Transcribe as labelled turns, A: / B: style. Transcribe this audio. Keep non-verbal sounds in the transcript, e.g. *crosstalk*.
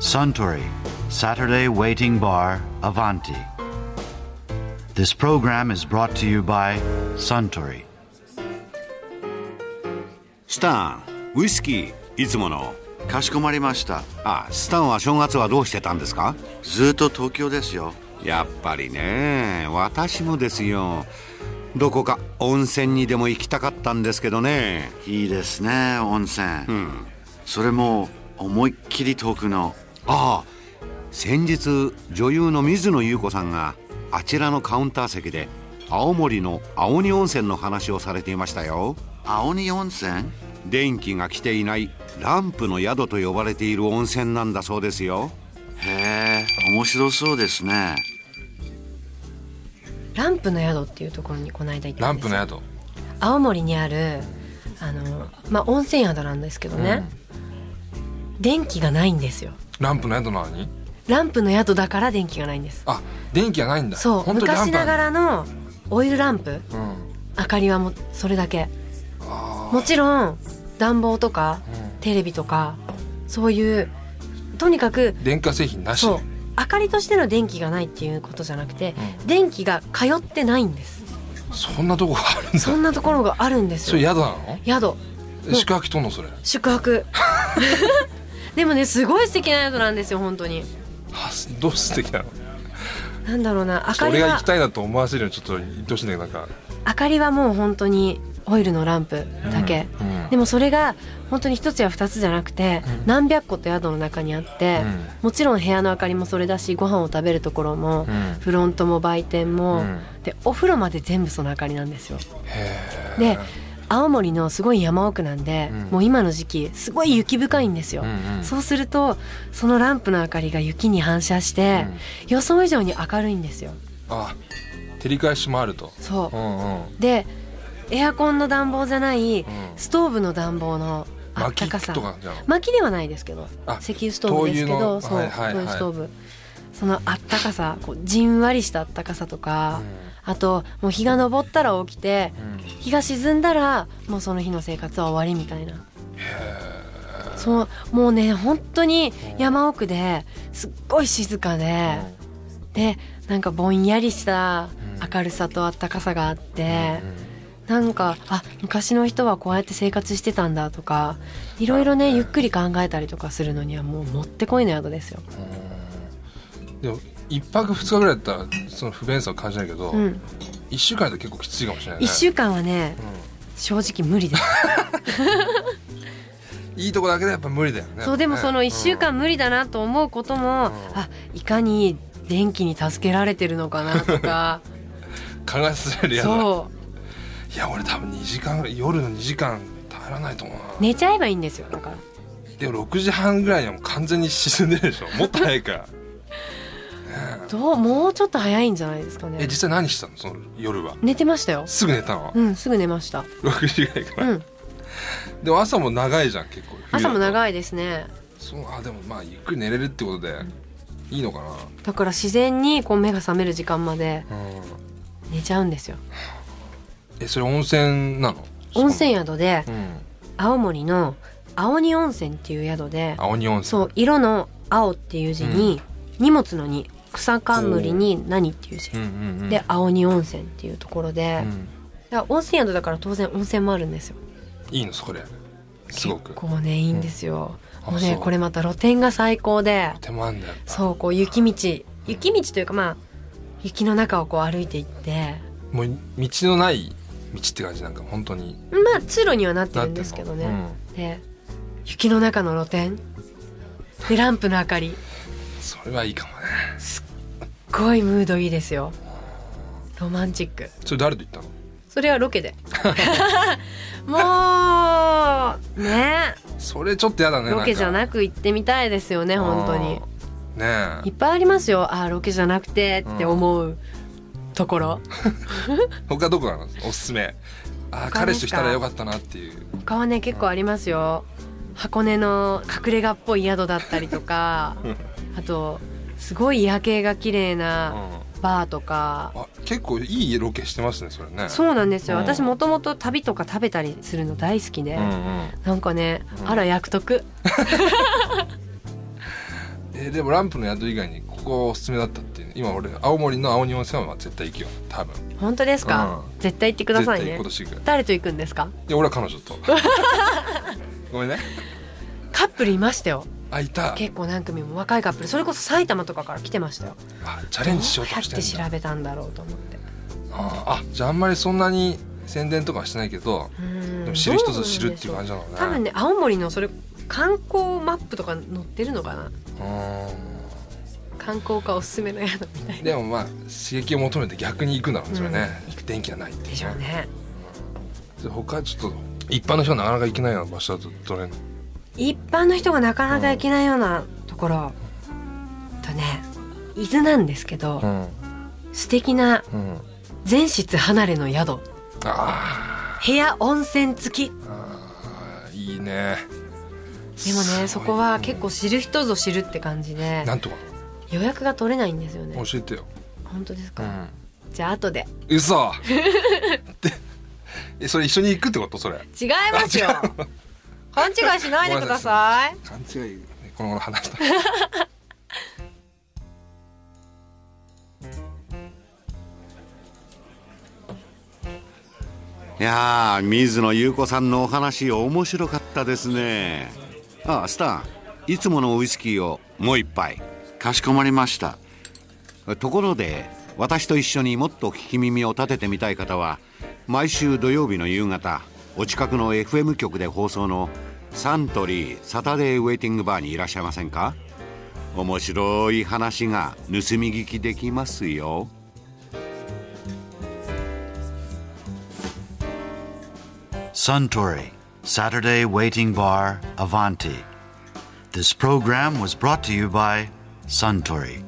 A: Suntory Saturday Waiting Bar Avanti. This program is brought to you by Suntory.
B: スタンウイスキーいつもの
A: かしこまりました。
B: あスタンは正月はどうしてたんですか
A: ずっと東京ですよ。
B: やっぱりね私もですよどこか温泉にでも行きたかったんですけどね
A: いいですね、温泉。それも思いっきり遠くの。
B: ああ先日女優の水野優子さんがあちらのカウンター席で青森の青鬼温泉の話をされていましたよ
A: 青鬼温泉
B: 電気が来ていないランプの宿と呼ばれている温泉なんだそうですよ
A: へえ、面白そうですね。
C: ランプの宿っていうところにこの間行った
D: ラ
C: ん
D: ン
C: で
D: プ
C: す
D: の
C: よ
D: 宿
C: 青森にあるあの、まあ、温泉宿なんですけどね、電気がないんですよ
D: ランプの宿なのに
C: ランプの宿だから電気がないんです
D: あ電気がないんだ
C: そう
D: 本当にラン
C: 昔
D: プ
C: なが
D: んだ
C: らのオイルランプ
D: うん
C: 明かりはもうそれだけもちろん暖房とかテレビとかそういうとにかく
D: 電化製品なし
C: そう明かりとしての電気がないっていうことじゃなくて、電気が通ってないん
D: *laughs*
C: です
D: そんなとこがあるんだ
C: そんなところがあるんです
D: それ
C: よ
D: 宿なの
C: 宿
D: え宿泊とんのそれ
C: 宿泊 *laughs* でもねすごい素敵な宿なんですよ本当に
D: あどう素敵なの
C: なんだろうな明かり
D: 俺が行
C: は
D: きたいなと思わせるようにちょっと言ってほしいんだけどなんか
C: 明かりはもう本当にオイルのランプだけ、
D: うん
C: でもそれが本当に一つや二つじゃなくて、何百個と宿の中にあって、
D: うん
C: もちろん部屋の明かりもそれだしご飯を食べるところも、
D: うん
C: フロントも売店も、
D: うん
C: でお風呂まで全部その明かりなんですよ。で青森のすごい山奥なんで、もう今の時期すごい雪深いんですよ、
D: んうん
C: そうするとそのランプの明かりが雪に反射して、予想以上に明るいんですよ
D: あ照り返しもあると
C: そう、
D: うんうん
C: でエアコンの暖房じゃない、ストーブの暖房のあったかさ
D: 薪とかじゃん
C: 薪ではないですけど
D: あ
C: 石油ストーブですけ
D: 灯油
C: ど
D: の
C: そう、
D: はいはいはい
C: 灯油ストーブそのあったかさこうじんわりしたあったかさとか、あともう日が昇ったら起きて、日が沈んだらもうその日の生活は終わりみたいな。そうもうね本当に山奥ですっごい静かで、でなんかぼんやりした明るさとあったかさがあって、なんかあ昔の人はこうやって生活してたんだとかいろいろねゆっくり考えたりとかするのにはもうもってこいの宿ですよ。
D: でも一泊二日ぐらいだったらその不便さを感じないけど
C: うん、
D: 一週間だと結構きついかもしれないね
C: 1週間はね、正直無理 *laughs* です。
D: いいとこだけでやっぱ無理だよね
C: そうでもその1週間無理だなと思うことも、あいかに電気に助けられてるのかなと *laughs* か
D: 考えさせられるやつだ
C: そう
D: いや俺多分2時間夜の2時間耐えらないと思うな
C: 寝ちゃえばいいんですよだから
D: でも6時半ぐらいにはもう完全に沈んでるでしょもっと早いから
C: どうもうちょっと早いんじゃないですかね
D: え実際何したのその夜は
C: 寝てましたよ
D: すぐ寝たの
C: うんすぐ寝ました
D: 6時ぐらいか
C: う
D: ら、
C: ん
D: でも朝も長いじゃん結構
C: 朝も
D: い
C: 長いですね
D: そうあでもまあゆっくり寝れるってことでいいのか
C: だから自然にこう目が覚める時間まで
D: なうん
C: 寝ちゃうんですよ
D: えそれ温泉なの
C: 温泉宿で
D: うん
C: 青森の青鬼温泉っていう宿で
D: 青鬼温泉
C: そう色の青っていう字に荷物の荷草冠に何っていう字
D: うんうんうん
C: で青鬼温泉っていうところで
D: うん
C: だから温泉宿だから当然温泉もあるんですよ
D: いいのそこですごく
C: 結構ねいいんですよ
D: うん
C: もう
D: あ
C: ね
D: そう
C: これまた露天が最高で
D: 手間あんだよ
C: そうこう雪道雪道というかまあ雪の中をこう歩いていって
D: もう道のない道って感じなんか本当に
C: まあ通路にはなって
D: な
C: る
D: っ
C: ん
D: て
C: で
D: る
C: す
D: の
C: けどね、
D: うん
C: で雪の中の露店でランプの明かり
D: それはいいかもね
C: すっごいムードいいですよロマンチック
D: それ誰と行ったの
C: それはロケ
D: *laughs*
C: でもうね
D: それちょっとやだね
C: ロケじゃ
D: い
C: なく行ってみたいですよね本当に
D: ね
C: い
D: え
C: っぱいありますよあーロケじゃなくてって思うところ、
D: 他どこなのおすすめあー
C: 他で
D: 彼
C: すか
D: 氏と来たらよかったなっていう
C: 他はね結構ありますよ箱根の隠れ家っぽい宿だったりと
D: *laughs*
C: かあとすごい夜景が綺麗なバーとか、
D: あ結構いいロケしてますねそれね
C: そうなんですよ、
D: うん
C: 私もともと旅とか食べたりするの大好きで、
D: うんうん
C: なんかねあら役得
D: ええでもランプの宿以外にここおすすめだったっていう今俺青森の青鬼温泉は絶対行くよ多分
C: 本当ですか、
D: う
C: 絶対行ってください
D: 絶対
C: ね
D: 今年行くい
C: 誰と行くんですか
D: や俺は彼女
C: *laughs*
D: とごめんね
C: カップルいましたよ
D: あいた
C: 結構何組も若いカップルそれこそ埼玉とかから来てましたよ
D: あチャレンジしようと
C: どうや
D: して
C: って
D: んだ
C: 調べたんだろうと思って
D: ああじゃああんまりそんなに宣伝とかはしてないけど
C: うん
D: でも知る人ぞ知るっていう感じなのね
C: 多分ね青森のそれ観光マップとか載ってるのかな観光課おすすめの宿みた
D: う
C: い
D: ん
C: な
D: でもまあ刺激を求めて逆に行くんだろうねそれね
C: うん行く
D: 電気がないって
C: でし
D: い
C: ょ
D: う
C: う
D: ね
C: ね
D: で他ちょっと一般の人がなかなか行けないような場所だとどれの
C: 一般の人がなかなか行けないようなところ、とね伊豆なんですけど、
D: うん
C: 素敵な
D: うん
C: 全室離れの宿
D: あ
C: 部屋温泉付き
D: ーあーいいね
C: でも
D: すごい
C: ねそこは結構知る人ぞ知るって感じで
D: なんとか
C: 予約が取れないんですよね
D: 教えてよ、
C: 本当ですか、じゃあ後で
D: *laughs* 嘘でえそれ一緒に行くってことそれ
C: 違いますよ
D: あ違
C: 勘違いしないでください
D: 勘違いねこの頃話した
B: いやー水野優子さんのお話面白かったですねあスタンいつものウイスキーをもう一杯
A: かしこまりました。
B: ところで私と一緒にもっと聞き耳を立ててみたい方は毎週土曜日の夕方お近くの FM 局で放送のサントリーサタデーウェイティングバーにいらっしゃいませんか面白い話が盗み聞きできますよ。
A: Suntory, Saturday Waiting Bar, Avanti. This program was brought to you by Suntory.